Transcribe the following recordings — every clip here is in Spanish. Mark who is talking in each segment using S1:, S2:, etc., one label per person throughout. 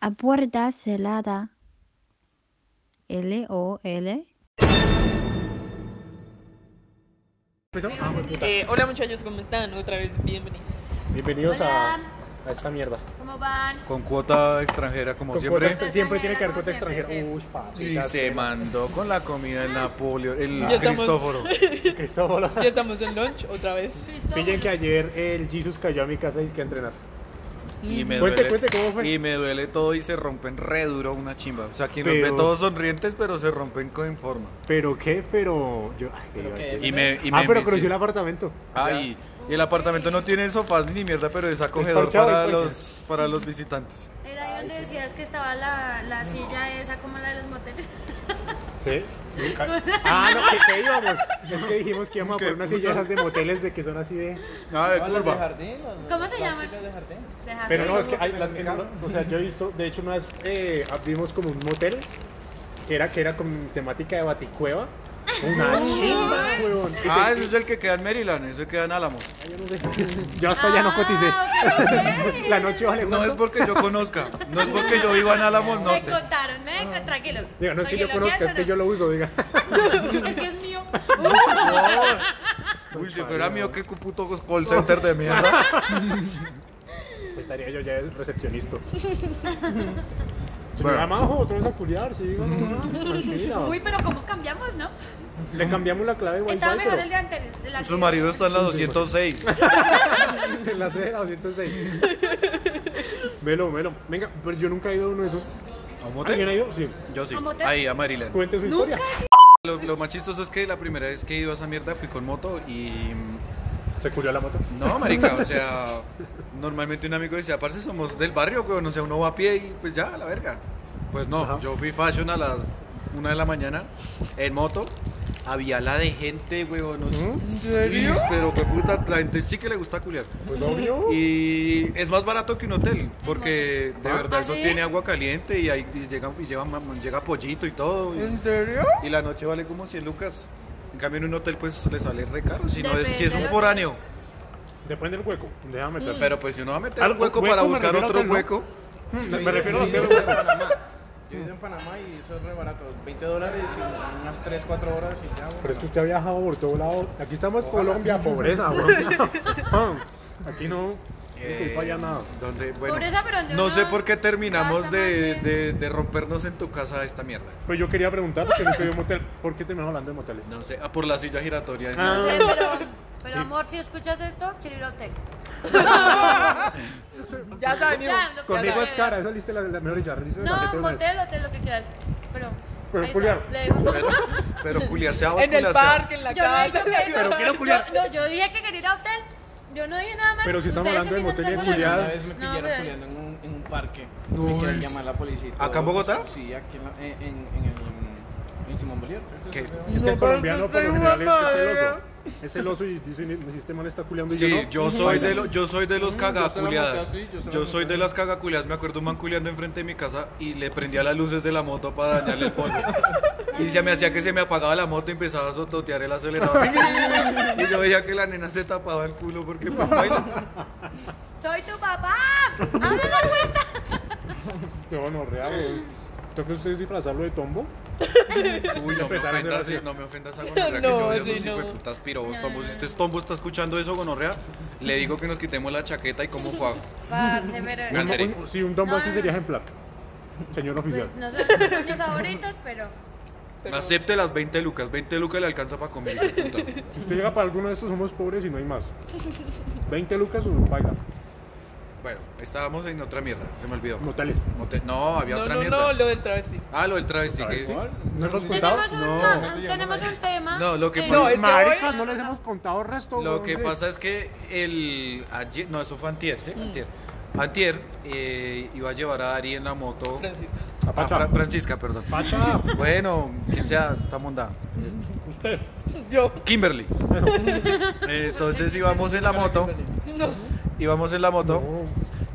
S1: A puerta cerrada. L o L.
S2: ¿Empezó? Ah, fue puta.
S3: Eh, hola muchachos, ¿cómo están? Otra vez, bienvenidos.
S2: Bienvenidos a, a esta mierda.
S4: ¿Cómo van?
S5: Con cuota extranjera como
S2: Con
S5: siempre.
S2: cuota extra- siempre tiene que haber cuota
S4: Siempre,
S2: extranjera.
S4: siempre.
S2: Uy, papi.
S5: Y se mandó con la comida el Napoleón, el
S3: Ya estamos.
S5: Cristóforo.
S2: Cristóbalo.
S3: Ya estamos en lunch otra vez.
S2: Pillen que ayer el Jesus cayó a mi casa y es que a entrenar.
S5: Y me
S2: Cuente,
S5: duele,
S2: cuente, ¿cómo fue?
S5: Y me duele todo y se rompen re duro una chimba. O sea, aquí nos
S2: Pero-
S5: ve todos sonrientes, pero se rompen con en forma.
S2: ¿Pero qué? Pero. Yo, ay, ¿qué iba a decir?
S5: Y me, y
S2: ah,
S5: me
S2: pero
S5: envició.
S2: conoció el apartamento.
S5: Ah, y, y el apartamento no tiene sofás ni mierda, pero es acogedor
S2: parchado,
S5: para,
S2: es
S5: los, para los visitantes.
S4: Era ahí donde decías que estaba la, la silla esa como la de los moteles.
S2: Sí. Ah, no, que, que íbamos. Es que dijimos que íbamos a
S5: Qué
S2: poner unas sillas
S5: puta.
S2: esas de moteles de que son así de.
S5: Ah, de curva.
S4: ¿Cómo se llaman? Dejar
S2: Pero
S4: de-
S2: no, es que hay las. en- o sea, yo he visto. De hecho, una vez eh, abrimos como un motel que era, que era con temática de baticueva. Una Ah, chimba, huevón. Y
S5: Ah,
S2: te-
S5: ese es el que queda en Maryland, ese queda en Álamos.
S2: Yo hasta ya no
S4: Ah,
S2: coticé.
S4: ok, ok.
S2: La noche vale
S5: No es
S2: cuánto.
S5: porque yo conozca, no es porque yo viva en Álamos
S4: Me
S5: Norte.
S4: contaron, me dijo, tranquilo.
S2: Diga, no es que yo
S4: Tranquilo,
S2: conozca, es que yo
S4: quédate.
S2: lo uso, diga.
S4: Es que es mío.
S5: Uy, si fuera mío, qué puto call center de mierda.
S2: Estaría yo ya el recepcionista. Se me
S5: Bueno.
S2: llama ojo, otro es a culiar, sí, digo, no, tranquila.
S4: Uy, pero ¿cómo cambiamos, no?
S2: Le cambiamos la clave igual.
S4: Estaba mejor el de antes. De la
S5: Su marido está en la 206.
S2: En la sede de la 206. Melo, melo. Venga, pero yo nunca he ido a uno de esos.
S5: ¿A un motel?
S2: ¿Alguien ha ido? Sí.
S5: Yo sí.
S4: ¿A un motel?
S5: Ahí, a Maryland.
S2: Cuente su historia.
S5: Lo, lo más chistoso es que la primera vez que he ido a esa mierda fui con moto y. mm,
S2: Se culió la moto.
S5: No, marica, o sea. Normalmente un amigo decía, parce, somos del barrio, weón. O sea, uno va a pie y pues ya, a la verga. Pues no,
S2: Ajá.
S5: yo fui fashion a las una de la mañana en moto. Había la de gente, weón. nos-
S2: ¿En
S5: Sí, Pero, pues, puta, la gente sí que le gusta culiar.
S2: Pues obvio.
S5: Y es más barato que un hotel, porque de
S2: ¿Ah?
S5: verdad
S4: ¿Ah,
S5: eso
S4: sí?
S5: tiene agua caliente y ahí y llega, y lleva, ma- llega pollito y todo. Y,
S3: serio?
S5: y la noche vale como 100 lucas. En cambio en un hotel pues le sale re caro, si, no es, si
S4: Depende
S5: es un
S4: del
S5: foráneo.
S2: Depende del hueco. Déjame meter.
S5: Pero pues si uno va a meter
S2: Al
S5: un hueco,
S2: hueco me
S5: para buscar
S2: refiero a
S5: otro
S2: hotel, ¿no?
S5: hueco,
S2: Me, me refiero a los
S6: Yo he
S2: dedos.
S6: ido en Panamá. Yo he ido en Panamá y eso es re barato. 20 dólares y unas 3, 4 horas y ya. bueno.
S2: Pero es que usted ha viajado por todo lado. Aquí estamos Colombia, pobreza, weón. Aquí no.
S5: eh,
S2: No falla nada.
S5: donde, bueno,
S4: Pobreza, pero donde
S5: no
S4: uno
S5: sé por qué terminamos
S4: gasta
S5: de,
S4: más
S5: de- de rompernos en tu casa esta mierda.
S2: Pero Pues yo quería preguntar, porque nunca he ido a un motel. ¿Por qué terminamos hablando de moteles?
S5: No sé, ah, por la silla giratoria. esa.
S4: No
S2: Ah.
S4: sé, pero, pero amor, si escuchas esto, quiero ir a hotel.
S3: Ya saben, hijo.
S4: Ya, no,
S2: Conmigo
S4: ya,
S2: es cara, esa lista es la, la mejor ya.
S4: No, motel, hotel, lo que quieras. Pero.
S2: Pero
S4: ahí
S2: culiar.
S4: está, le digo.
S5: Pero, pero culiaseaba,
S3: En el
S5: culiaseaba.
S3: parque, en la
S4: Yo no he dicho
S3: casa.
S4: que eso.
S2: Pero quiero culiar.
S4: Yo- no, yo dije que quería ir a hotel. Yo no dije nada más.
S2: Pero si estamos
S4: Ustedes
S2: hablando de motel
S4: empiezan
S2: y de
S4: con la
S2: culiar.
S6: Una
S4: luna.
S6: vez me
S4: No,
S6: pillaron
S4: hombre.
S6: culiando en un, en un parque.
S5: No,
S6: me quieren
S5: es-
S6: llamar la policía. y
S5: ¿Acá en
S6: todo.
S5: Bogotá?
S6: Sí, aquí en, la- en, en, en el- en Simón Bolívar. creo que
S5: ¿Qué?
S6: se llama.
S2: Es que el
S3: No,
S2: colombiano por
S3: pero
S2: lo
S3: soy una
S2: general es que es celoso.
S3: madre.
S2: Es celoso y dice, "Mi- mi sistema no está culeando y yo
S5: Sí,
S2: no.
S5: yo soy de los, yo soy de los
S6: Mm, yo se la
S5: cagaculeadas.
S6: monté así, yo se la
S5: Yo soy
S6: monté
S5: de las cagaculeadas. Me acuerdo un man culeando enfrente de mi casa y le prendía las luces de la moto para dañarle el polvo. Y se me hacía que se me apagaba la moto y empezaba a sototear el acelerador. Y yo veía que la nena se tapaba el culo porque pues baila.
S4: Soy tu papá. Abre la puerta.
S2: Yo no, real, güey. ¿Tú crees ustedes disfrazarlo de tombo?
S5: Uy, no me
S2: Empezar a hacer
S5: ofendas,
S2: así.
S5: eh, no me ofendas a gonorrea que
S3: No,
S5: yo veo
S3: sí,
S5: esos
S3: no.
S5: hijueputas pirobos tombos. Si usted es tombo, está escuchando eso, gonorrea, le digo que nos quitemos la chaqueta y cómo fue.
S4: Parce, pero.
S5: Calderé.
S2: Un- un- Sí, un tombo
S4: No,
S2: así
S4: no,
S2: sería
S4: no.
S2: ejemplar. Señor oficial.
S4: Pues no sé, no son mis favoritos, pero.
S3: Pero-
S5: Acepte las 20 lucas. 20 lucas le alcanza para comer. hijueputa.
S2: Si usted llega para alguno de estos, somos pobres y no hay más. 20 lucas o baila.
S5: Bueno, estábamos en otra mierda, se me olvidó.
S2: Moteles.
S5: Mote- No, había
S3: No,
S5: otra
S3: no,
S5: mierda.
S3: no, lo del travesti.
S5: Ah, lo del travesti. que-
S2: ¿No hemos contado?
S4: Tenemos un,
S5: No.
S4: no, tenemos un tema.
S5: No, lo que
S4: Eh,
S5: pasa-
S3: No, es que
S2: Marica,
S3: hoy-
S2: no les hemos contado resto.
S5: Lo
S2: güey,
S5: que
S2: hombre.
S5: pasa es que el. ayer- no, eso fue Antier,
S3: Mm.
S5: ¿sí? Antier. Antier eh, iba a llevar a Ari en la moto.
S3: Francisco.
S2: A
S5: A
S2: Pacha.
S5: Fra- Francisca, perdón.
S2: Pacha,
S5: Bueno, quien sea, está monda.
S2: usted.
S3: Yo.
S5: Kimberly. Entonces íbamos en la moto.
S3: No.
S5: Íbamos en la moto.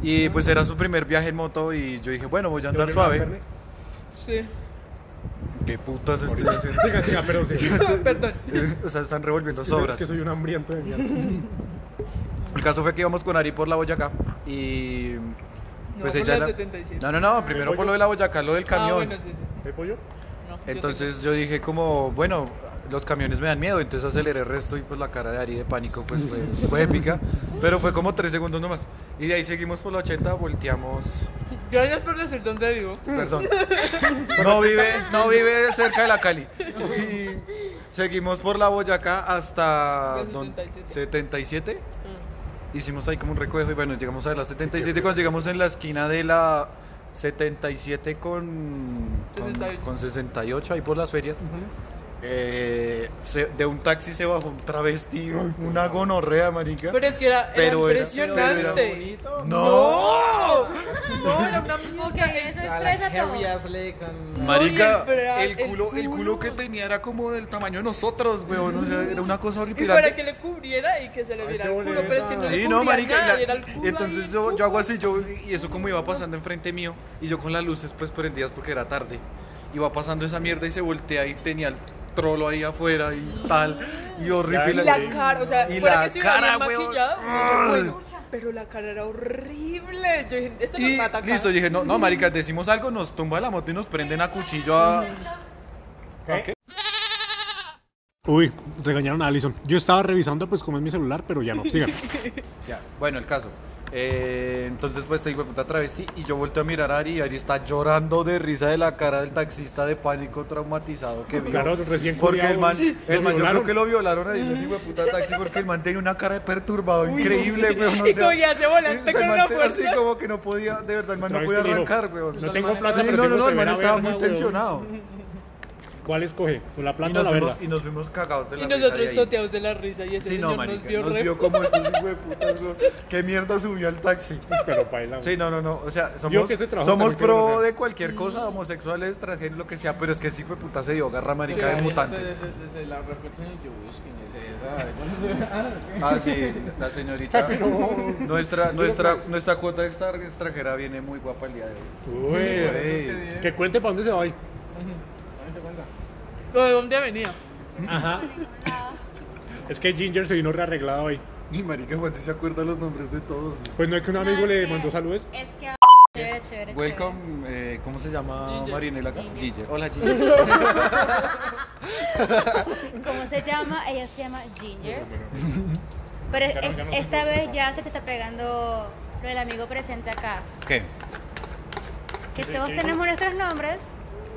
S5: Y pues era su primer viaje en moto. Y yo dije, bueno, voy a andar suave.
S3: Sí.
S5: ¿Qué putas estoy haciendo?
S2: Siga, siga, pero sí.
S3: Perdón.
S5: O sea, están revolviendo
S2: Es
S5: sobras.
S2: que soy un hambriento de mierda.
S5: El caso fue que íbamos con Ari por la Boyacá y Pues
S3: por
S5: ella
S3: la
S5: era-
S3: 77.
S5: No, no,
S2: Ah,
S5: no, primero por lo de la Boyacá, lo del camión.
S3: Ah, bueno, sí, sí.
S2: ¿El pollo?
S3: No, yo
S5: Entonces yo dije como, bueno, los camiones me dan miedo, entonces aceleré el resto y pues la cara de Ari de pánico pues fue, fue épica, pero fue como tres segundos nomás. Y de ahí seguimos por la 80, volteamos,
S3: tengo- Gracias por decir dónde vivo.
S5: perdón, no vive, no vive cerca de la Cali. Y seguimos por la Boyacá hasta
S3: La
S5: don-
S3: 77.
S5: 77.
S3: Mm.
S5: Hicimos ahí como un recovejo y bueno, llegamos a la 77 cuando llegamos en la esquina de la 77 con, con,
S3: 68.
S5: con 68 ahí por las ferias. Eh, se- de un taxi se bajó un travesti, una gonorrea, marica.
S3: Pero es que era, era
S5: Pero era-
S3: impresionante.
S5: pero era
S6: bonito.
S5: ¡No!
S3: no, era una mierda.
S4: Ok, eso expresa todo.
S3: Oye,
S5: Marica,
S3: pero
S5: el culo, el culo que tenía era como del tamaño de nosotros, weón. O sea, era una cosa
S3: Y para que
S5: horripilante.
S3: le cubriera y que se le viera
S2: qué
S3: el culo, pero es que no
S2: bonita.
S3: le
S5: Sí,
S3: cubría
S5: no, marica. y
S3: nada,
S5: la-
S3: y era el culo
S5: y entonces
S3: ahí,
S5: yo,
S3: ¡pum!
S5: yo hago así, yo, y eso como iba pasando enfrente mío, y yo con las luces pues prendidas porque era tarde. Iba pasando esa mierda y se voltea y tenía el trolo ahí afuera y tal. Y
S3: Y
S5: horripilante.
S3: la cara, o sea,
S5: Y
S3: fuera
S5: la
S3: que estuviera bien
S5: cara, weón.
S3: maquillado, eso, bueno, pero la cara era horrible. Yo dije, esto nos
S5: Y
S3: va a atacar.
S5: listo, yo dije, no, no, marica, decimos algo, nos tumba la moto y nos prenden a cuchillo a...
S2: ¿Eh?
S7: Uy, regañaron a Alison. Yo estaba revisando pues cómo es mi celular, pero ya no. Sigan.
S5: Ya, bueno, el caso. Eh, entonces pues te digo, puta travesti y yo vuelto a mirar a Ari y Ari está llorando de risa de la cara del taxista de pánico traumatizado que vio.
S2: Claro, recién
S5: porque
S2: curiado.
S5: el man,
S2: Sí.
S5: el
S2: Lo
S5: man yo creo
S2: violaron.
S5: que lo violaron ahí, yo digo, puta taxi, porque el man tenía una cara de perturbado increíble, weón. o
S3: Y
S5: sea,
S3: cogía ese volante
S5: o sea, el
S3: con
S5: man
S3: una
S5: te-
S3: fuerza.
S5: Así como que no podía, de verdad, el man no
S2: Travesti
S5: podía
S2: dijo,
S5: arrancar, weón.
S2: No tengo plata,
S5: Sí,
S2: pero
S5: no,
S2: tengo
S5: no, no, el man
S2: severa
S5: estaba
S2: verga,
S5: muy
S2: weón.
S5: tensionado.
S2: ¿Cuál escoge? ¿Con la
S5: Y
S2: planta o
S5: nos,
S2: la verga?
S5: fuimos, y nos fuimos cagados de la
S3: Y
S5: risa de
S3: nosotros
S5: ahí.
S3: toteados de la risa y ese
S5: Sí, no,
S3: señor
S5: marica,
S3: nos vio re...
S5: como estos hijueputas, weón. ¿Qué mierda subió al taxi?
S2: Pero paila.
S5: Sí, no, no, no. O sea,
S2: Yo
S5: somos,
S2: que ese trabajo
S5: somos
S2: también quiero
S5: pro
S2: lograr.
S5: de cualquier cosa, homosexuales, transgénero, lo que sea, pero es que sí fue puta se dio garra marica de mutante.
S6: Desde, desde la reflexión, yo, uy, ¿quién es
S5: Ah, sí, la señorita. nuestra, nuestra, nuestra cuota extra- extranjera viene muy guapa el día de hoy.
S2: Uy,
S5: Ey.
S2: que cuente para dónde se va hoy.
S3: ¿De dónde venía?
S2: Ajá. Es que Ginger se vino rearreglada hoy.
S5: Y marica Juan sí se acuerda los nombres de todos.
S2: Pues no es que un amigo le mandó saludos.
S4: Es que a- chévere, chévere.
S5: Welcome, eh, ¿cómo se llama
S3: Ginger.
S5: Marinela? Ginger.
S6: Ah,
S5: Hola Ginger.
S4: chévere. ¿Cómo se llama? Ella se llama Ginger. Pero es- es- esta vez ya se te está pegando lo del amigo presente acá.
S5: ¿Qué?
S4: Que todos tenemos nuestros nombres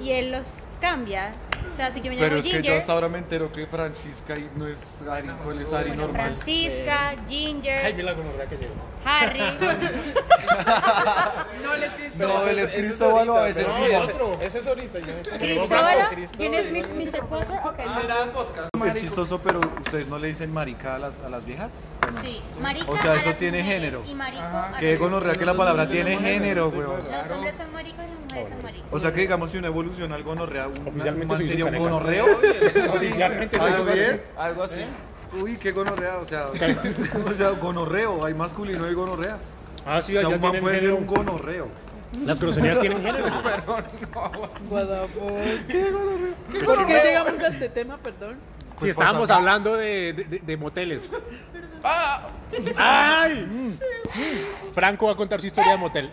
S4: y él los cambia. O sea, si yo me llamo
S5: Pero es que yo
S4: Ginger,
S5: hasta ahora me entero que Francisca y no es Ari, ¿cuál es Ari normal?
S4: Francisca, Ginger,
S2: Eh, la gonorrea que llegó.
S4: Harry.
S3: No, le escribí.
S5: No, él es Cristóbalo a veces. sí.
S6: Ese es ahorita, yo me
S4: Cristóbal, ¿quién es Miss- Mr. Potter? Ok,
S2: Ah.
S5: Es chistoso, pero ustedes no le dicen marica a las, a las viejas. ¿O no?
S4: sí. Marica
S5: O sea,
S4: a
S5: eso
S4: las
S5: tiene
S4: mujeres
S5: género.
S4: Y marico
S2: Ah,
S4: a los
S5: Que gonorrea que la palabra tiene género, weón.
S4: Los hombres son maricos y las mujeres son maricos.
S5: O sea que digamos si una evolución al gonorrea, un
S2: Oficialmente
S5: man
S2: se hizo
S5: sería un
S2: careca.
S5: gonorreo.
S2: Oficialmente soy
S5: Ah,
S2: un
S5: bien.
S6: Algo así.
S5: Uy, qué gonorrea, o sea, o sea, gonorreo, hay masculino y gonorrea.
S2: Ah, sí,
S5: O
S2: ya
S5: sea, un man
S2: tienen
S5: puede ser
S2: género.
S5: un gonorreo.
S2: Las groserías tienen género.
S3: What the fuck. ¿Por qué llegamos a este tema, perdón?
S2: Si estábamos hablando de, de- de- de moteles. ¡Ay! Mm. Franco va a contar su historia de motel.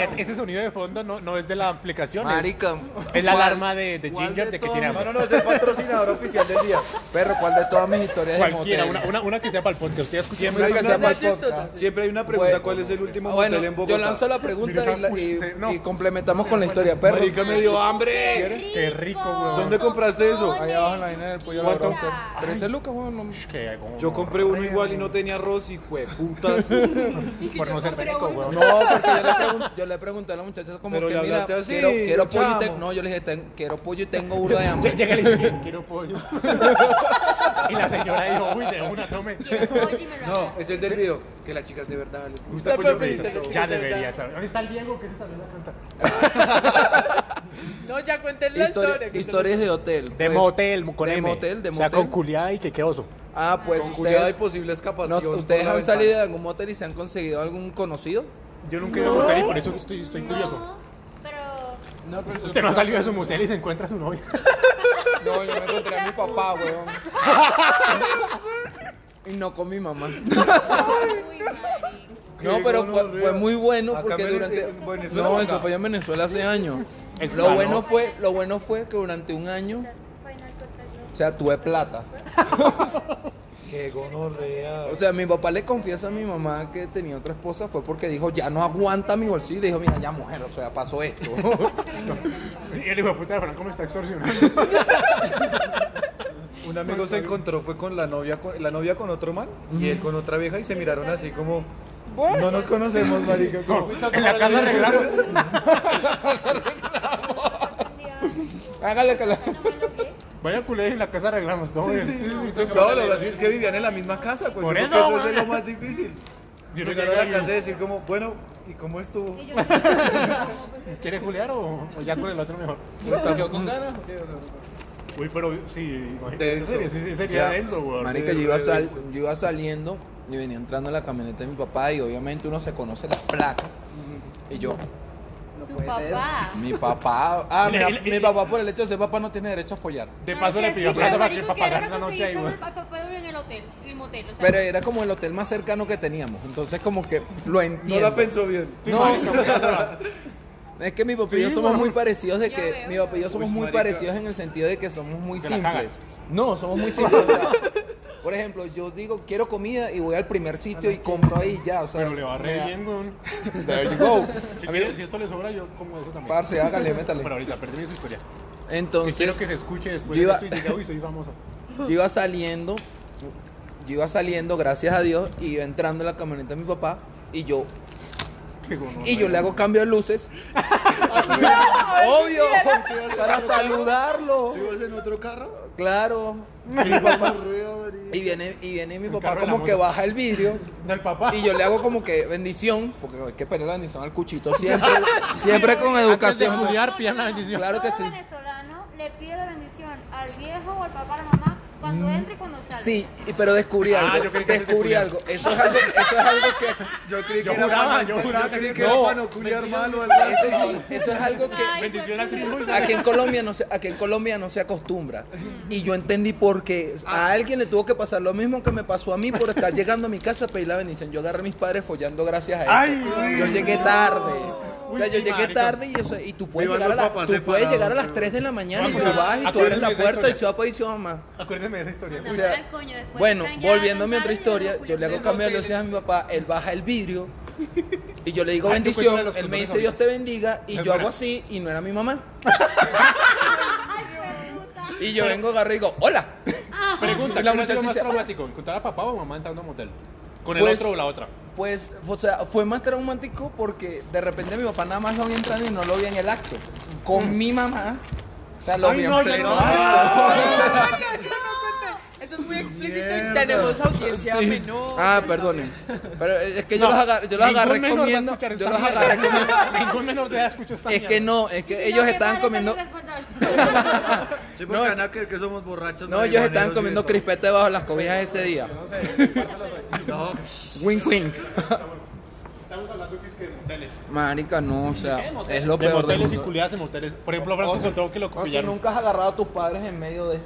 S2: Es- ese sonido de fondo no, no es de la aplicación. es-
S8: Marica.
S2: Es la
S8: ¿cuál-
S2: alarma de, de
S8: cuál
S2: Ginger de, que
S8: todas
S2: tiene hambre.
S8: mis-
S5: no, es el patrocinador oficial del día.
S8: Perro, ¿cuál de todas mis historias de
S2: Cualquiera,
S8: motel?
S2: una, una, una que sea para el podcast. Estoy escuchando.
S8: Siempre hay
S5: que
S8: una
S5: sea
S8: más
S3: chistosa.
S8: poca.
S5: Siempre hay una pregunta,
S8: Bueno,
S5: ¿cuál es el último motel en
S8: Ah, Bueno,
S5: Bogotá?
S8: yo lanzo la
S2: Mira
S8: pregunta
S2: esa
S8: y, la- y-
S2: puta, no.
S8: y complementamos con la historia, perro.
S5: Marica me dio hambre.
S4: Qué rico, weón.
S5: ¿Dónde compraste eso?
S8: Allá abajo en la vaina del pollo
S5: ¿Cuánto? Ah.
S8: ¿Cuánto? 13 lucas, weón. no-
S2: eh,
S5: Yo compré uno igual y no tenía arroz, hijo de putas.
S2: Por no ser rico, weón.
S8: No, porque yo le, pregun- yo le pregunté a la muchacha como
S5: Pero
S8: que
S5: le
S8: mira,
S5: hablaste así,
S8: quiero, quiero pollo y
S5: chamo.
S8: tengo. No, yo le dije, "Ten- quiero pollo y tengo burda de hambre.
S2: Llega y le dice, quiero pollo. Y la señora dijo, uy, de una, tome.
S5: No, es el del video. Que las chicas de verdad les gusta
S3: Está
S5: pollo
S3: perfecto.
S5: frito.
S2: Ya debería saber. Pues, ¿Dónde está el Diego? ¿Qué se sabe la cuenta?
S3: No, ya cuenten la
S8: Histori-
S3: historia. cuenten
S8: historias
S3: la
S8: de hotel.
S2: De
S8: pues.
S2: motel, con
S8: de
S2: M.
S8: motel, de
S2: O sea,
S8: motel.
S2: con culiada y que qué oso.
S8: Ah, pues
S5: Con cuidado hay
S8: ustedes,
S5: posible escapación.
S8: no,
S5: por
S8: ¿ustedes
S5: la
S8: han
S5: ventana.
S8: salido de algún motel y se han conseguido algún conocido?
S2: Yo nunca he ido a motel y por eso estoy, estoy curioso.
S4: No, pero
S2: Usted no ha salido de su motel y se encuentra a su novia.
S8: No, yo me encontré a mi papá, weón. y no con mi mamá.
S4: Uy, marico.
S8: No, pero fue,
S5: gonorrea.
S8: fue muy bueno
S5: Acá
S8: porque
S5: en
S8: durante...
S5: Vene- en Venezuela
S8: No,
S5: o
S8: eso
S5: acá?
S8: fue en Venezuela hace años.
S2: Es
S8: Lo
S2: caro.
S8: bueno fue, lo bueno fue que durante un año, o sea, tuve plata.
S5: Qué gonorrea.
S8: O sea, mi papá le confiesa a mi mamá que tenía otra esposa fue porque dijo, ya no aguanta mi bolsillo. Y dijo, mira, ya mujer, o sea, pasó esto.
S2: Y el hijo de puta de Franco me está extorsionando.
S5: Un amigo se encontró, fue con la novia, con, la novia con otro man y él con otra vieja y se miraron así como. No nos conocemos, marica. como-
S2: en la casa arreglando.
S8: Hágale que la...
S2: Vaya culé, en la casa arreglamos todo bien.
S5: No, lo que es que vivían en la misma casa, pues.
S2: Por
S5: yo
S2: eso,
S5: creo que eso
S2: güey.
S5: es lo más difícil.
S2: Yo no
S5: Llegar
S2: llegué
S5: a la
S2: ahí.
S5: casa y decir como, bueno, ¿y cómo estuvo?
S2: ¿Quieres culear o, o ya con el otro mejor?
S6: ¿Quedó con ganas o qué?
S2: Uy, pero sí, imagínate.
S5: Denso.
S2: Sí, sí, sí, sería
S5: Ya.
S2: denso, güey.
S8: Marica, yo iba, sal- yo iba saliendo y venía entrando en la camioneta de mi papá y obviamente uno se conoce las placas. Y yo,
S4: Tu papá.
S8: mi papá, ah,
S2: Y le-
S8: mi,
S2: y-
S8: mi papá por el hecho de ser papá no tiene derecho a follar.
S2: De
S4: No,
S2: paso
S4: es
S2: le
S4: que
S2: pidió
S4: sí,
S2: plata para,
S4: marico,
S2: para
S4: que
S2: pagar
S4: era
S2: la
S4: lo que
S2: noche
S4: se
S2: ahí,
S4: hizo
S2: güey.
S4: el papá fue en el hotel, el motel. o sea,
S8: Pero era como el hotel más cercano que teníamos, entonces como que lo
S5: No
S8: entiendo.
S5: la pensó bien.
S8: No, es que mi papá y yo
S2: Sí,
S8: somos
S2: mamá.
S8: muy parecidos de
S4: Ya
S8: que
S4: veo,
S8: mi papá y yo
S4: ya
S8: somos
S5: Uy,
S8: muy
S5: marica.
S8: parecidos en el sentido de que somos muy
S2: Te la
S8: simples.
S2: cagas.
S8: No, somos muy simples. o sea, por ejemplo, yo digo quiero comida y voy al primer sitio y compro ahí ya, o sea.
S2: Pero le va re bien, güey.
S8: There you go.
S2: Si, quiere- si esto le sobra, yo como eso también.
S8: Parce, hágale, métale.
S2: Pero ahorita, perdí su historia. Que quiero
S8: Entonces,
S2: que se escuche después
S8: yo
S2: de
S8: iba-
S2: esto y diga, uy, soy famoso.
S8: yo iba saliendo, yo iba saliendo, gracias a Dios, y iba entrando en la camioneta de mi papá y yo
S2: Qué gonorrea.
S8: y yo le hago cambio de luces. Obvio, para saludarlo.
S5: ¿Ibas en otro carro?
S8: Claro. Y mi papá- y viene y viene mi papá
S2: carro de la
S8: como que
S2: moto.
S8: baja el vidrio
S2: Del papá.
S8: y yo le hago como que bendición, porque hay que poner la bendición al cuchito siempre, siempre con educación.
S2: pidan la bendición.
S8: Claro que
S4: todo
S8: sí.
S4: venezolano le pide la bendición al viejo o al papá, a la mamá, cuando
S2: Mm.
S4: entra y cuando sale.
S8: Sí, y- pero descubrí
S2: Ah,
S8: algo,
S2: yo creí que te
S8: descubrí
S2: descubría.
S8: algo. Eso es algo, eso es algo que
S5: Yo creí
S2: Yo
S5: que era
S2: juraba,
S5: para
S2: yo juraba
S5: creí
S2: que-
S5: que era
S2: No.
S5: para no culiar mal o algo así.
S8: Eso, sí, eso es algo
S4: pues,
S8: que
S2: Bendición al trigo y ya.
S8: aquí en Colombia no se, aquí en Colombia no se acostumbra. Y yo entendí por qué
S2: Ah.
S8: a alguien le tuvo que pasar lo mismo que me pasó a mí por estar llegando a mi casa a pedir la bendición. Yo agarré a mis padres follando gracias a
S5: Ay,
S8: eso.
S5: güey.
S8: yo llegué tarde. O sea,
S2: Uy,
S8: yo
S2: sí,
S8: llegué
S2: marica.
S8: tarde y, o sea, y tú puedes,
S5: Vivan
S8: llegar a,
S5: los
S8: la-
S5: papás
S8: tú puedes
S5: separados,
S8: llegar a las
S5: pero-
S8: 3 de la mañana y
S2: Vamos,
S8: tú vas y tú
S2: acuérdense
S8: abres
S2: de
S8: la
S2: esa
S8: puerta y
S2: historia.
S8: se va para dice mamá.
S2: Acuérdeme de esa historia.
S8: O sea,
S4: Al coño, después
S8: bueno,
S4: entran ya,
S8: volviéndome a otra
S4: salen,
S8: historia,
S4: luego
S8: yo le hago
S4: culian.
S8: cambio de luces a mi papá, él baja el vidrio y yo le digo
S2: Ay, tú
S8: bendición,
S2: cuéntale a los
S8: él me dice
S2: colores
S8: Dios te bendiga y
S2: Es
S8: yo hago
S2: buena.
S8: así y no era mi mamá. Y yo vengo, agarro y digo, hola.
S2: Pregunta,
S8: Y la
S2: ¿cuál ha sido
S8: muchacha
S2: más
S8: dice, "Ah".
S2: traumático? ¿Encontrar a papá o mamá entrando a un motel? ¿Con el
S8: Pues-
S2: otro o la otra?
S8: Pues, o sea, fue más traumático porque de repente mi papá nada más lo vi entrando y no lo vi en el acto. Con
S2: Mm.
S8: mi mamá, o sea, lo vi en pleno acto.
S3: Eso es muy explícito
S5: Mierda.
S3: y tenemos audiencia menor.
S8: Ah, perdonen. Pero es que yo
S2: No,
S8: los agarré, yo los
S2: ningún
S8: agarré
S2: menor va a
S8: comiendo.
S2: escuchar
S8: Yo
S2: esta
S8: los
S2: mierda.
S8: agarré comiendo.
S2: Ningún menor de edad escuchó esta
S8: Es que
S2: mierda.
S8: no, es que
S4: No,
S8: ellos
S4: qué
S8: estaban
S4: padre,
S8: comiendo.
S4: tan irresponsable.
S5: Sí,
S8: No,
S5: porque van a creer que somos borrachos.
S8: No, ellos
S5: marihuaneros
S8: estaban
S5: y
S8: comiendo
S5: de todo.
S8: crispete bajo las cobijas ese día. pues.
S5: No,
S8: Wink wink.
S2: Estamos hablando que es que de moteles.
S8: Marica, no, o sea, es lo
S2: De
S8: peor del
S2: moteles y
S8: mundo.
S2: culiadas en moteles. Por ejemplo, Franco contó que lo
S8: O si
S2: copillaron.
S8: nunca has agarrado a tus padres en medio de.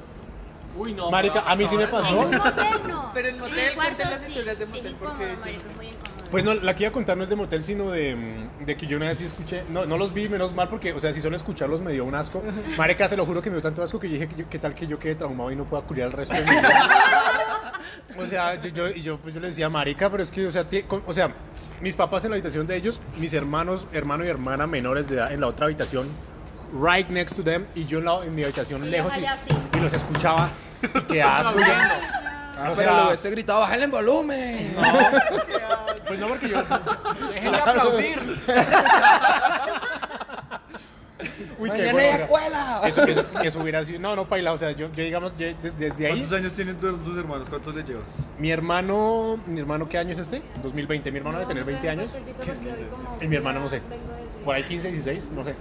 S2: Marica, a mí sí me
S4: En
S2: pasó.
S4: un motel no.
S3: Pero en motel,
S4: En el cuarto
S3: cuenten las
S4: sí.
S3: historias de
S4: Sí,
S3: motel,
S4: es
S3: porque-
S4: incómodo, marico, es muy incómodo.
S2: Pues no, la que iba a contar no es de motel, sino de, mm, de que yo una vez sí escuché, no, no los vi, menos mal, porque, o sea, si solo escucharlos me dio un asco. Marica, se lo juro que me dio tanto asco que yo dije, que yo- ¿qué tal que yo quede traumado y no pueda culiar el resto de mi vida? O sea, yo, yo, y yo, pues, yo le decía, marica, pero es que, o sea, tie- con- o sea, mis papás en la habitación de ellos, mis hermanos, hermano y hermana menores de edad en la otra habitación, right next to them, y yo en, la- en mi habitación
S4: Y
S2: lejos, y,
S4: ojalá sí.
S2: y los escuchaba, y qué asco. y yo-
S8: Ah,
S2: o
S8: pero
S2: sea-
S8: le hubiese gritado, bájale el volumen.
S2: pues no, porque yo...
S3: Dejen de aplaudir.
S2: Uy, qué
S8: Mañana hay
S2: gonorrea.
S8: escuela.
S2: Eso, eso, eso hubiera sido. No, no, paila. O sea, yo, yo digamos, yo- des- desde ahí.
S5: ¿Cuántos años tienen tus tus hermanos? ¿Cuántos le llevas?
S2: Mi hermano. ¿Mi hermano qué año es este? 2020. Mi hermano debe tener 20 años. Y mi hermano, no sé. Por ahí 15, 16, no sé.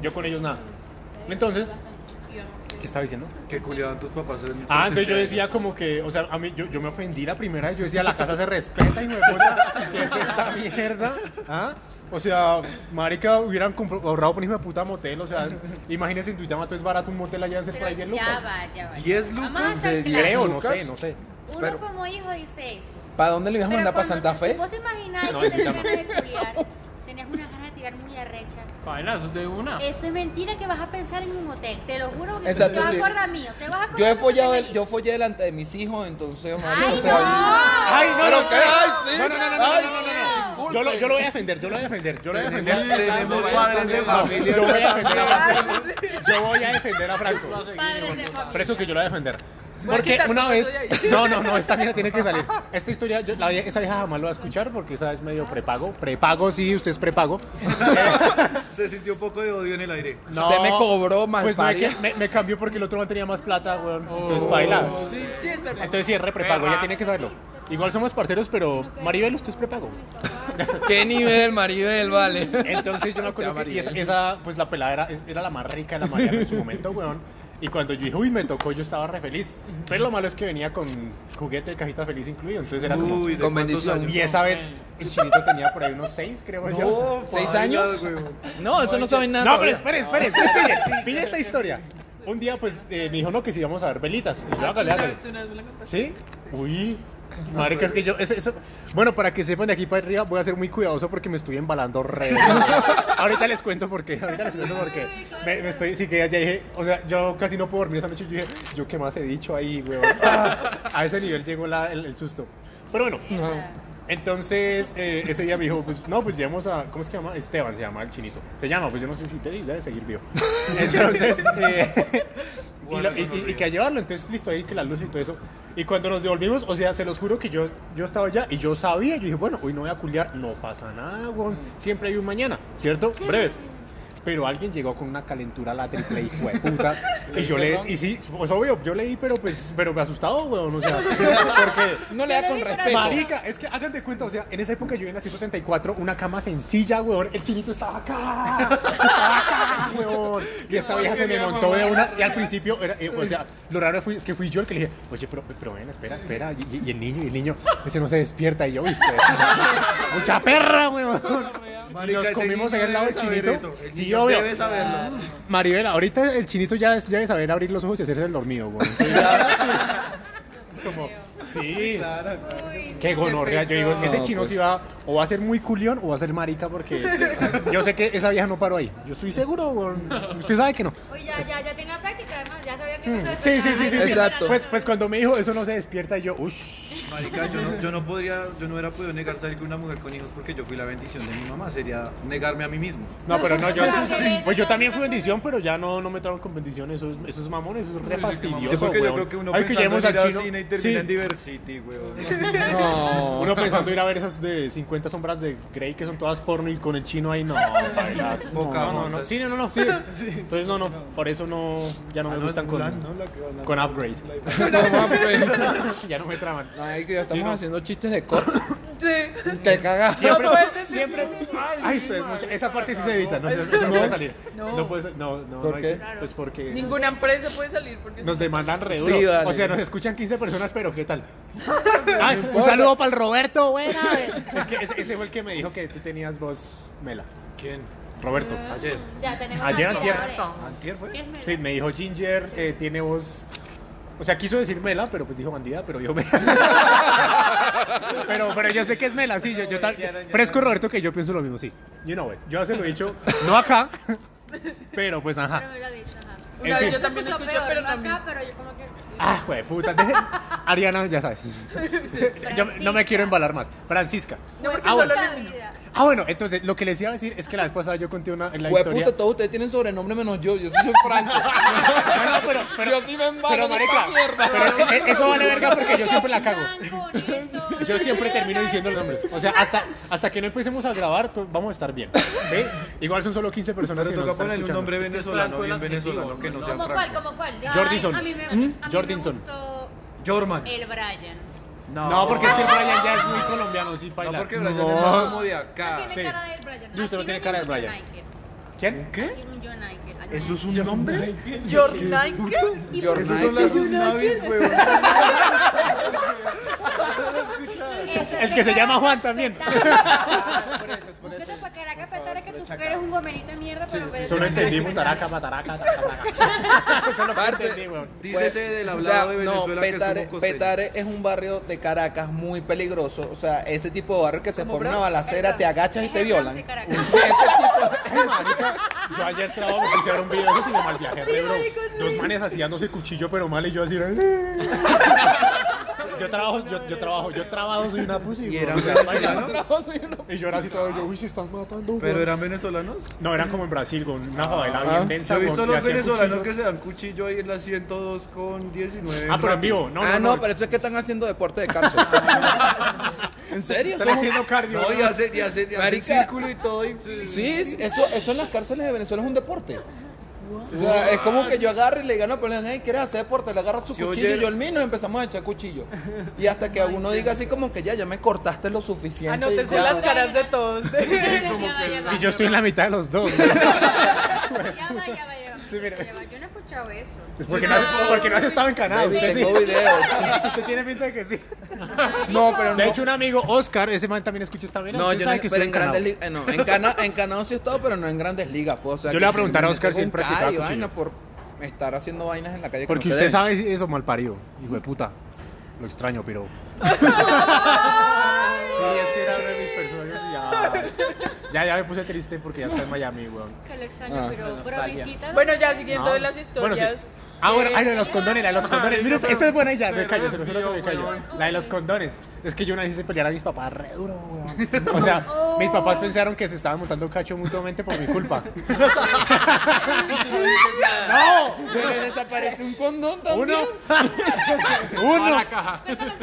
S2: Yo con ellos nada. Entonces. ¿Qué estaba diciendo?
S5: Que culiaban tus papás. en-
S2: Ah,
S8: Pues
S2: entonces yo decía como que, o sea, a mí, yo, yo me ofendí la primera vez, yo decía, la casa se respeta y me puta, ¿qué es esta mierda? ¿Ah? O sea, marica, hubieran compro- ahorrado por hijo de puta motel, o sea, imagínense en Tuitamato es barato un motel allá, se por ahí
S4: Pero
S2: 10
S4: ya
S2: pues, lucas.
S4: va, ya va.
S5: 10 lucas.
S4: Vamos a
S8: de
S4: hacer
S8: diez
S4: clase.
S2: Creo, no
S8: lucas?
S2: sé, no sé.
S4: Uno
S8: Pero-
S4: como hijo dice eso.
S8: ¿Para dónde lo ibas a
S4: Pero
S8: mandar? ¿Para
S4: cuando-
S8: Santa Fe?
S4: Vos te imaginás
S9: No,
S4: que
S9: en
S4: tenías
S9: Duitama.
S4: ganas de estudiar. Tenías una ganas de tirar muy arrecha.
S9: Paila, eso es de una.
S4: Eso es mentira que vas a pensar en un hotel. Te lo juro que
S8: Exacto,
S4: te vas
S8: sí.
S4: a acordar mío. Te vas a acordar
S8: Yo he
S4: de lo que
S8: follado,
S4: te
S8: el-
S4: digo.
S8: yo follé delante de mis hijos, entonces, marica,
S4: ¡Ay,
S8: o sea,
S4: no!
S8: ¡Ay, no, no, qué! ¡Ay, sí!
S2: No, no, no, no, no,
S8: ¡Ay,
S2: no, no,
S8: sí!
S2: no, no. Yo lo, yo lo voy a defender, yo lo voy a defender, yo lo voy a defender.
S5: Tenemos padres de familia.
S2: Yo voy a defender a Franco. Yo voy a defender a Franco.
S4: Padres de familia.
S2: Preso que yo la voy a defender.
S3: Voy a
S2: Porque
S3: quitar
S2: una
S3: todo
S2: vez.
S3: eso de ahí.
S2: No, no, no, esta mierda tiene que salir. Esta historia, yo- la vie- esa vieja jamás lo va a escuchar porque esa es medio prepago. Prepago, sí, usted es prepago.
S5: Se sintió un poco de odio en el aire.
S2: No,
S8: Usted me cobró,
S2: Pues no, es
S8: malparido.
S2: que me, me cambió porque el otro man tenía más plata, weón.
S8: Oh,
S2: Entonces, baila.
S3: Sí, es verdad.
S2: Entonces, sí, es re prepago, ella tiene que saberlo. Igual somos parceros, pero Maribel, usted es prepago.
S8: ¡Qué nivel, Maribel, vale!
S2: Entonces yo me acuerdo
S8: Ya,
S2: que y esa,
S8: Maribel.
S2: esa, pues la pelada era, es- era la más rica de la Mariana en su momento, weón. Y cuando yo dije, uy, me tocó, yo estaba re feliz. Pero lo malo es que venía con juguete de cajita feliz incluido. Entonces era como.
S5: Uy, ¿de
S8: Con
S5: cuántos
S8: bendición.
S5: años?
S2: Y esa vez el chinito tenía por ahí unos seis, creo yo.
S5: No,
S8: ¿Seis
S5: paila,
S8: años?
S5: weón.
S8: No, eso no saben nada.
S2: No, pero
S8: todavía.
S2: espere, espere, espere, pille, pille esta historia. Un día, pues, eh, me dijo, no, que si íbamos a ver velitas. Y yo, hágale, hágale.
S3: Tú una vez me la contaste.
S2: ¿Sí? Uy. Marica, es que yo. eso- eso- bueno, para que sepan de aquí para arriba, voy a ser muy cuidadoso porque me estoy embalando re. ahorita les cuento por qué. Ahorita les cuento por qué. Me, me estoy. Sí, que ya dije. O sea, yo casi no puedo dormir esa noche. Yo dije, ¿yo qué más he dicho ahí, weón? Ah, a ese nivel llegó la- el, el susto. Pero bueno. Entonces, eh, ese día me dijo, pues, no, pues llevamos a, ¿cómo es que se llama? Esteban, se llama el chinito. Se llama, pues yo no sé si te dice de seguir vivo. Entonces, eh, y, lo- y- y- y que a llevarlo, entonces listo, ahí que la luz y todo eso. Y cuando nos devolvimos, o sea, se los juro que yo, yo estaba allá y yo sabía, yo dije, bueno, hoy no voy a culiar, no pasa nada, weón. Siempre hay un mañana, ¿cierto? Breves. Pero alguien llegó con una calentura a la triple y fue puta. Y yo le, y sí, pues obvio, yo le di, pero pues, pero me asustado, weón, o sea, porque...
S8: No le da con respeto.
S2: Marica, es que hagan de cuenta, o sea, en esa época yo en la 174, una cama sencilla, weón, el chinito estaba acá, estaba acá, weón, y esta vieja se me montó de una, y al principio, era, eh, o sea, lo raro fue, es que fui yo el que le dije, oye, pero, pero ven, espera, espera, y, y- y el niño, y el niño, ese no se despierta, y yo, viste, mucha perra, weón, y
S5: Marica,
S2: nos
S5: ese
S2: comimos ahí
S5: niño
S2: al lado del
S5: debe saber
S2: chinito,
S5: eso. El
S2: sí,
S5: niño
S2: obvio, Ah.
S5: Debe saberlo.
S2: Maribela, ahorita el chinito ya, es- ya debe saber abrir los ojos y hacerse el dormido, weón, como, sí, Qué gonorrea, yo digo, ese
S8: No,
S2: chino
S8: pues.
S2: sí va, o va a ser muy culión o va a ser marica porque es- yo sé que esa vieja no paró ahí. Yo estoy seguro, weón. usted sabe que no.
S4: Oye, ya, ya, ya tenía práctica, además. Ya sabía que me iba a
S2: Sí, sí, sí, sí. sí.
S8: Mm. Exacto.
S2: Pues, pues cuando me dijo eso no se despierta, yo, uff.
S5: Marica, yo no, yo no podría, yo no hubiera podido negar salir con una mujer con hijos porque yo fui la bendición de mi mamá. Sería negarme a mí mismo.
S2: No, pero no, yo.
S4: Sí.
S2: Pues yo también fui bendición, pero ya no, no me traban con bendición esos, esos mamones, esos re
S5: Pues
S2: fastidiosos.
S5: Sí, porque yo
S2: weón.
S5: creo que uno
S2: Ay, que
S5: pensando
S2: lleguemos
S5: en ir
S2: al
S5: al
S2: chino.
S5: cine y termina
S2: Sí,
S5: en Diversity, weón.
S8: No.
S2: uno pensando ir a ver esas de 50 sombras de Grey que son todas porno y con el chino ahí, no, paila. no, no, no, no,
S5: Pocahontas.
S2: sí, no, no, no, sí. Entonces no, no, por eso no, ya no
S5: Ah,
S2: me gustan con, con upgrade.
S8: No, mames.
S2: ya no me traman.
S8: Ay, que ya
S2: Sí,
S8: estamos
S2: no.
S8: haciendo chistes de cosas.
S3: Sí.
S8: Te cagas.
S2: Siempre,
S3: No puedes decir-
S2: siempre. Ay, esto es mucha- Esa parte sí se edita, no, eso- eso no, puede salir. No, puede ser- no, no,
S8: ¿Por
S2: no hay
S8: qué?
S2: que- Pues porque
S3: Ninguna empresa puede salir porque
S2: nos demandan re
S8: Sí,
S2: duro.
S8: vale.
S2: O sea, nos escuchan 15 personas, pero ¿qué tal? Ay, un saludo para el Roberto, buena. Es que ese, ese fue el que me dijo que tú tenías voz mela.
S5: ¿Quién?
S2: Roberto.
S5: Ayer.
S4: Ya tenemos
S2: Ayer
S4: aquí,
S2: antier.
S4: ahora.
S5: ¿Antier fue?
S4: ¿Quieres me-
S2: Sí, me dijo Ginger, eh, tiene voz. O sea, quiso decir Mela, pero pues dijo bandida, pero dijo Mela. pero, pero yo sé que es Mela, sí. Yo, yo tal- fresco Roberto que yo pienso lo mismo, sí. You know it. Yo se lo he dicho, no acá, pero pues
S4: Pero
S2: ajá.
S4: me lo has dicho, ajá.
S3: Una
S2: en
S3: vez
S2: fin.
S3: yo también
S4: Mucho
S3: escuché,
S4: peor,
S3: pero
S4: no
S3: no
S4: acá,
S3: mismo.
S4: pero yo como que...
S2: Ah, joder, puta. deje- Ariana, ya sabes. Yo no me quiero embalar más. Francisca.
S3: No, porque
S2: Ah, bueno.
S3: solo
S4: Puta
S3: le-
S4: vida.
S2: Ah, bueno, entonces lo que les iba a decir es que la vez pasada yo conté una en la historia.
S8: Hueputa, todos ustedes tienen sobrenombre menos yo. Yo sí soy franco.
S2: Bueno, pero, pero,
S8: Yo sí me embalo
S2: pero,
S8: en
S2: marica,
S8: esta mierda.
S2: pero eh, es que eso vale verga porque yo siempre la cago.
S4: Blanco, lindo.
S2: Yo siempre termino diciendo los nombres. O sea, hasta, hasta que no empecemos a grabar, to- vamos a estar bien. ¿Ve? Igual son solo 15 personas
S5: Pero
S2: que
S5: te
S2: nos
S5: toca
S2: están
S5: ponerle un
S2: escuchando.
S5: nombre venezolano,
S9: Franco el
S5: bien
S9: adjetivo,
S5: venezolano que no
S9: ¿no?
S5: sea
S4: ¿Cómo cuál,
S5: Franco.
S4: como cuál? Ay,
S2: Jordinson.
S4: A mí me, a
S2: ¿Mm?
S4: mí me
S2: Jordinson.
S4: gustó
S5: Jorman.
S4: el Brian.
S2: Eh, No, porque es que el Brian ya es muy colombiano, sí,
S5: No,
S2: paila.
S5: porque Brian
S2: No.
S5: es más como de
S4: No
S5: acá.
S4: tiene
S2: sí.
S4: cara del Brian.
S2: Listo, no
S4: Aquí
S2: tiene cara de
S4: tiene un
S2: Brian.
S4: John Michael.
S2: ¿Quién? ¿Qué?
S4: Tiene un John Michael. Aquí
S5: ¿Eso es un nombre?
S3: Jordan, ¿qué?
S8: Jornal.
S5: Esas son las naves, weón.
S4: tiene- eso es
S2: El que se llama Juan también.
S6: Por eso, es por eso.
S4: Búscate para Caracas, para Caracas, tú que eres un gomelito de mierda, pero... pues pero-
S2: Solo entendimos taraca, pataraca, taraca. Eso no
S8: Parce.
S2: entendí, weón.
S5: Dícese
S8: Pues,
S5: del
S8: o
S5: hablado
S8: sea,
S5: de
S8: no,
S5: Venezuela que
S8: Petare,
S5: somos costeños.
S8: Petare es un barrio de Caracas muy peligroso. O sea, ese tipo de barrio que se
S3: Como
S8: forma una
S3: Bronx,
S8: balacera,
S4: el
S8: te
S4: Bronx.
S8: agachas y
S4: Es
S8: te
S4: el
S8: violan.
S4: Bronx de Caracas.
S8: Ese tipo-
S2: Yo ayer trabajo me pusieron un video de eso y me mal viajé, re, bro. Dos manes así dándose cuchillo, pero mal, y yo así. "Eh". Yo trabajo, yo, yo trabajo, yo trabajo, soy una pussy.
S5: Y
S2: bro.
S5: eran
S2: O sea,
S5: venezolanos.
S2: Y yo era así todo, yo, uy, se están matando,
S5: Pero
S2: weón".
S5: eran venezolanos.
S2: No, eran como en Brasil, con una favela bien densa.
S5: Yo he visto
S2: con- y
S5: los
S2: hacían
S5: venezolanos
S2: cuchillo.
S5: que se dan cuchillo ahí en la 102 con 19.
S2: Ah, pero en vivo, no,
S8: ah,
S2: no,
S8: no, pero eso es que están haciendo deporte de cárcel. ¿En serio?
S2: Están
S8: Son-
S2: haciendo cardio.
S5: No, y hacen, y hacen, y hacen
S8: Marica.
S5: círculo y todo. y-
S8: Sí, sí, eso, eso en las cárceles de Venezuela es un deporte. O sea, es como que yo agarro y le digo, no, pero hey, ¿quieres hacer deporte? Le agarras su
S5: Yo
S8: cuchillo
S5: ayer-
S8: y yo el mío nos empezamos a echar cuchillo. Y hasta que uno diga así como que ya, ya me cortaste lo suficiente.
S3: Anótese
S8: ya.
S3: las caras de todos.
S4: Ya va, Ah, ya va.
S2: Y yo estoy en la mitad de los dos.
S4: Ya va, ya va, ya va. Ya va, Yo no he escuchado eso.
S2: Porque no, porque no has estado en Canadá.
S8: Baby,
S2: Usted sí.
S8: tengo videos.
S2: Usted tiene pinta de que sí.
S8: No, pero
S2: De
S8: no.
S2: hecho, un amigo, Oscar, ese man también escucha esta vaina.
S8: no,
S2: usted
S8: yo
S2: sabe
S8: no,
S2: que
S8: pero
S2: estoy
S8: en
S2: Canadá.
S8: grandes ligas, eh, no, en Cana, en Canadá sí he estado, pero no en grandes ligas, pues, o sea,
S2: Yo
S8: que
S2: le voy a
S8: sí,
S2: preguntar a
S8: me
S2: Oscar
S8: metí
S2: si
S8: un
S2: él practicaba
S8: callo,
S2: cuchillo.
S8: vaina, por estar haciendo vainas en la calle que
S2: Porque
S8: no se
S2: usted
S8: deben.
S2: sabe si eso, mal parido. Hijo de puta. Lo extraño, pero. sí, es que era uno de mis personajes y ya. Ya, ya me puse triste porque ya está en Miami, weón.
S4: Que lo extraño, pero, pero visita.
S3: Bueno, ya siguiendo
S2: No.
S3: las
S2: Bueno, sí.
S3: historias.
S2: Ah, bueno,
S3: eh,
S2: ay, la de los condones, la de los condones. Mira, esta es buena y ya, me callo, se lo juro que me callo.
S4: weón.
S2: La de los condones. Es que yo una vez hice pelear a mis papás re duro, weón. O sea, mis papás pensaron que se estaban montando cacho mutuamente por mi culpa. ¡No!
S8: Pero desapareció un condón también.
S2: Uno. Uno.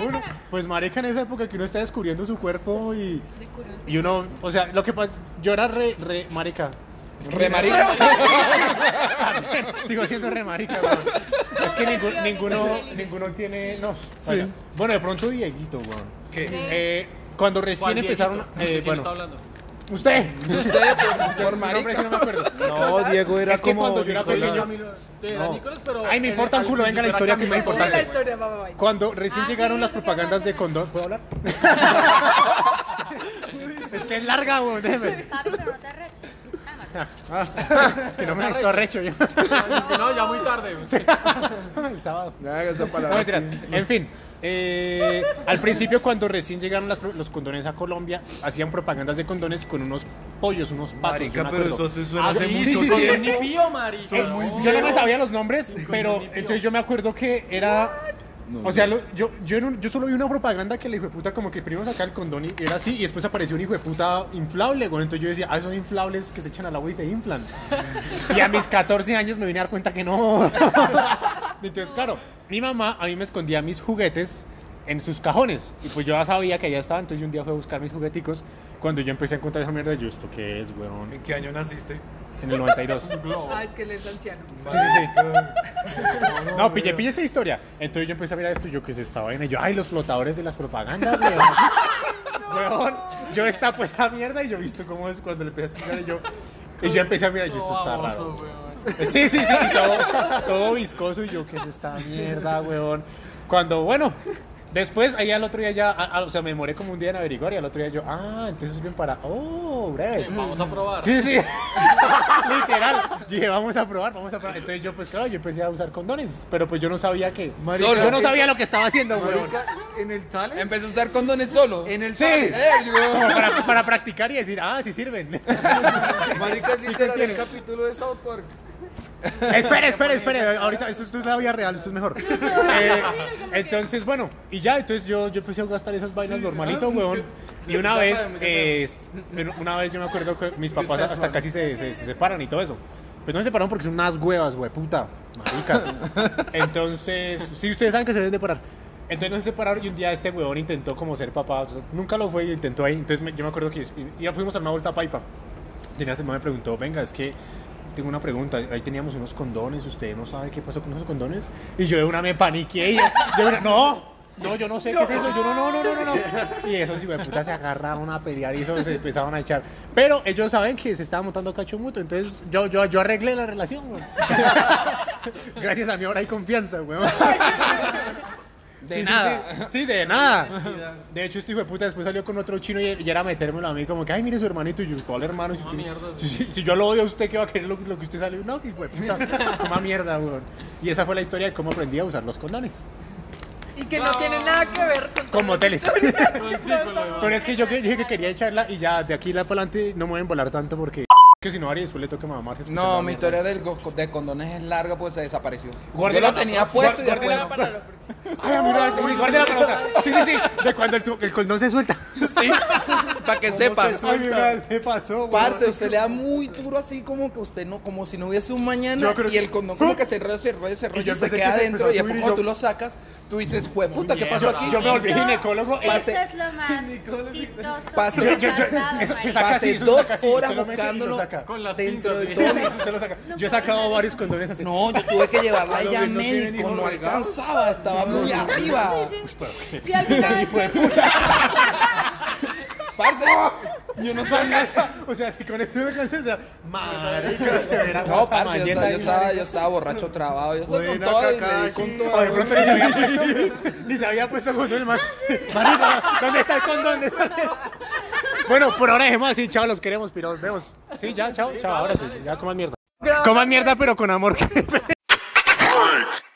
S2: Uno. Pues marica en esa época que uno está descubriendo su cuerpo y. Y uno. O sea, lo que pasa. Yo era re, re marica. Es que
S8: Re marica.
S2: Sigo siendo re marica, weón. Es que ningún- ninguno, ninguno tiene. No. vaya. Bueno, de pronto Dieguito, weón. Eh, cuando recién empezaron. Eh, bueno. Usted.
S8: Usted por, por
S2: Su nombre sí
S8: marica.
S2: no me acuerdo.
S5: No, Diego era
S2: Es que
S5: como
S2: cuando yo era
S5: Nicolás.
S2: pequeño. No. Ay, me importa un culo, venga la historia que es más
S3: Uy, la
S2: importante.
S3: historia, va, va, va.
S2: Cuando recién
S4: Ah,
S2: llegaron
S4: sí,
S2: las
S4: no te
S2: propagandas de
S4: preocupes.
S2: condón, ¿puedo hablar? es que es larga, weón, déjeme.
S4: Papi, pero no te arreches. Ámate.
S2: Que no me hizo arrecho yo.
S9: No, ya muy tarde.
S2: El sábado.
S8: Ya, que son
S2: No,
S8: palabras.
S2: mentira. En fin, eh, al principio cuando recién llegaron las pro- los condones a Colombia, hacían propagandas de condones con unos pollos, unos patos.
S5: Marica,
S2: yo me
S5: pero
S2: acuerdo. Ah,
S5: eso hace- suena hace
S2: sí,
S5: mucho
S2: sí, sí,
S5: tiempo.
S2: sí.
S9: Ni pío, marica.
S2: Eh, yo no me sabía los nombres, pero entonces yo me acuerdo que era. O sea, lo- yo, yo, en un- yo solo vi una propaganda que el hijo de puta, como que primero sacaba el condón y era así, y después apareció un hijo de puta inflable, güey. Entonces yo decía, ah, son inflables que se echan al agua y se inflan. y a mis 14 años me vine a dar cuenta que no. Entonces, claro, mi mamá a mí me escondía mis juguetes en sus cajones. Y pues yo ya sabía que allá estaba, entonces yo un día fui a buscar mis jugueticos. Cuando yo empecé a encontrar esa mierda, yo, ¿esto qué es, weón?
S5: ¿En qué año naciste?
S2: En el 92.
S3: Ah, es que él es anciano.
S2: Sí, sí, sí. No, pillé, pillé esa historia. Entonces yo empecé a mirar esto y yo que se estaba vaina. Y yo, ay, los flotadores de las propagandas, weón. Weón, yo estaba pues esa mierda y yo visto cómo es cuando le empecé a explicar y yo. Y yo empecé a mirar, y yo, esto está raro. Sí, sí, sí, y todo, todo viscoso y yo, ¿qué es esta mierda, weón? Cuando, bueno, después, ahí al otro día ya, a- a- o sea, me demoré como un día en averiguar y al otro día yo, ah, entonces es bien para, oh, breves.
S9: Vamos a probar.
S2: Sí, sí. Literal. Yo dije, vamos a probar, vamos a probar. Entonces yo, pues claro, yo empecé a usar condones, pero pues yo no sabía que...
S5: Marica,
S2: yo no
S5: eso-
S2: sabía lo que estaba haciendo, weón.
S5: Marica, en el talent.
S8: Empezó a usar condones solo.
S5: En el
S2: Sí.
S5: talent.
S2: Como para, para practicar y decir, ah, sí sirven.
S5: Marica, sí,
S2: te
S5: literal, el
S2: entiendo.
S5: capítulo de South Park.
S2: espere, espere, espere. Ahorita, esto, esto es la vida real, esto es mejor. Eh, entonces, bueno, y ya, entonces yo, yo empecé a gastar esas vainas normalito, weón. Y una vez, eh, en- una vez yo me acuerdo que mis papás hasta casi se, se- se separan y todo eso. Pero no se separaron porque son unas huevas, hueputa, maricas. Entonces, sí, ustedes saben que se deben de parar. Entonces no se separaron y un día este huevón intentó como ser papá. o sea, nunca lo fue y intentó ahí. Entonces me- yo me acuerdo que y- ya fuimos a una vuelta a Paipa. Y la semana me preguntó, venga, es que tengo una pregunta, ahí teníamos unos condones, usted no sabe qué pasó con esos condones. Y yo de una me paniqué y yo, yo de una, no, no, yo no sé qué es eso, yo no, no, no, no, no, no. Y esos hijos de puta se agarraron a pelear y eso se empezaban a echar. Pero ellos saben que se estaba montando cacho mutuo, entonces yo, yo, yo arreglé la relación, weón. Gracias a mí ahora hay confianza, weón.
S8: De
S2: Sí, sí,
S8: nada.
S2: Sí, Sí, de nada. De hecho, este hijo de puta después salió con otro chino y, y era metérmelo a mí como que, ay, mire su hermanito y yo, ¿cuál hermano? Si, tiene- si- si- si yo lo odio a usted, ¿qué va a querer lo, lo que usted salió? No, que hijo de puta, toma mierda, weón. Y esa fue la historia de cómo aprendí a usar los condones.
S3: Y que no tiene nada que ver con...
S2: Con moteles.
S9: psicólogo.
S2: Pero es que yo que- dije que quería echarla y ya de aquí la para adelante no me voy a embolar tanto porque... Que si no, Ari, después le toca mamarse. escuchando
S8: No,
S2: la
S8: mi
S2: mierda.
S8: historia del go- de condones es larga porque se desapareció.
S2: Guárdela
S8: Yo lo
S2: para-
S8: tenía puesto y
S2: guárdela
S8: después no.
S3: Para lo próximo.
S2: Ay, mira, sí, sí, guarde la pelota. Sí, sí, sí. De cuando el, tu- el condón se suelta.
S8: Sí, para que sepa.
S2: Ay, mira, ¿qué pasó, weón?
S8: Parce, usted le da muy duro así como que usted no, como si no hubiese un mañana
S2: Yo creo
S8: y
S2: que-
S8: el condón como que se enrolla, se enrolla, se enrolla
S2: yo
S8: y se
S2: pensé que
S8: queda
S2: se empezó
S8: adentro
S2: a
S8: y después
S2: subir y
S8: cuando
S2: yo-
S8: tú lo sacas, tú dices, puta, ¿qué pasó aquí?
S2: Yo me volví ginecólogo.
S4: Eso
S8: Pase-
S4: es lo más chistoso.
S8: Pase-
S4: que me ha
S2: Yo- yo- yo-
S4: pasado,
S2: eso se
S4: marica.
S2: saca así,
S8: Pasé
S2: eso se
S8: dos
S2: saca así,
S8: horas
S2: usted lo mete y lo
S8: buscándolo
S2: saca.
S9: Con las
S8: dentro de
S9: pinzas,
S8: todo.
S2: Sí, sí, usted lo saca. Yo he sacado varios condones así.
S8: No, yo tuve que llevarla
S5: A lo
S8: ya a
S5: que no tienen
S8: médico,
S5: hijos
S8: no
S5: regados.
S8: alcanzaba, estaba muy arriba.
S4: Si alguna vez te-
S8: Parce,
S2: Yo no sabía. O sea, si con esto me alcanza, o sea, marica, se verá
S8: no,
S2: más
S8: parce, yo
S2: amalleta
S8: estaba,
S2: ahí,
S8: yo estaba, yo
S2: marica.
S8: estaba borracho trabado, yo estaba con
S5: Buena
S8: todo, y
S5: caca,
S8: le di con
S5: sí.
S8: todo.
S2: O de pronto ni se había puesto, ni se había puesto el condón, man. Marica, ¿dónde está el condón? ¿Dónde está el- Bueno, por ahora dejemos así, chao, los queremos, piros, vemos. Sí, ya, chao, chao, ahora sí, ya coman mierda. Coman mierda, pero con amor.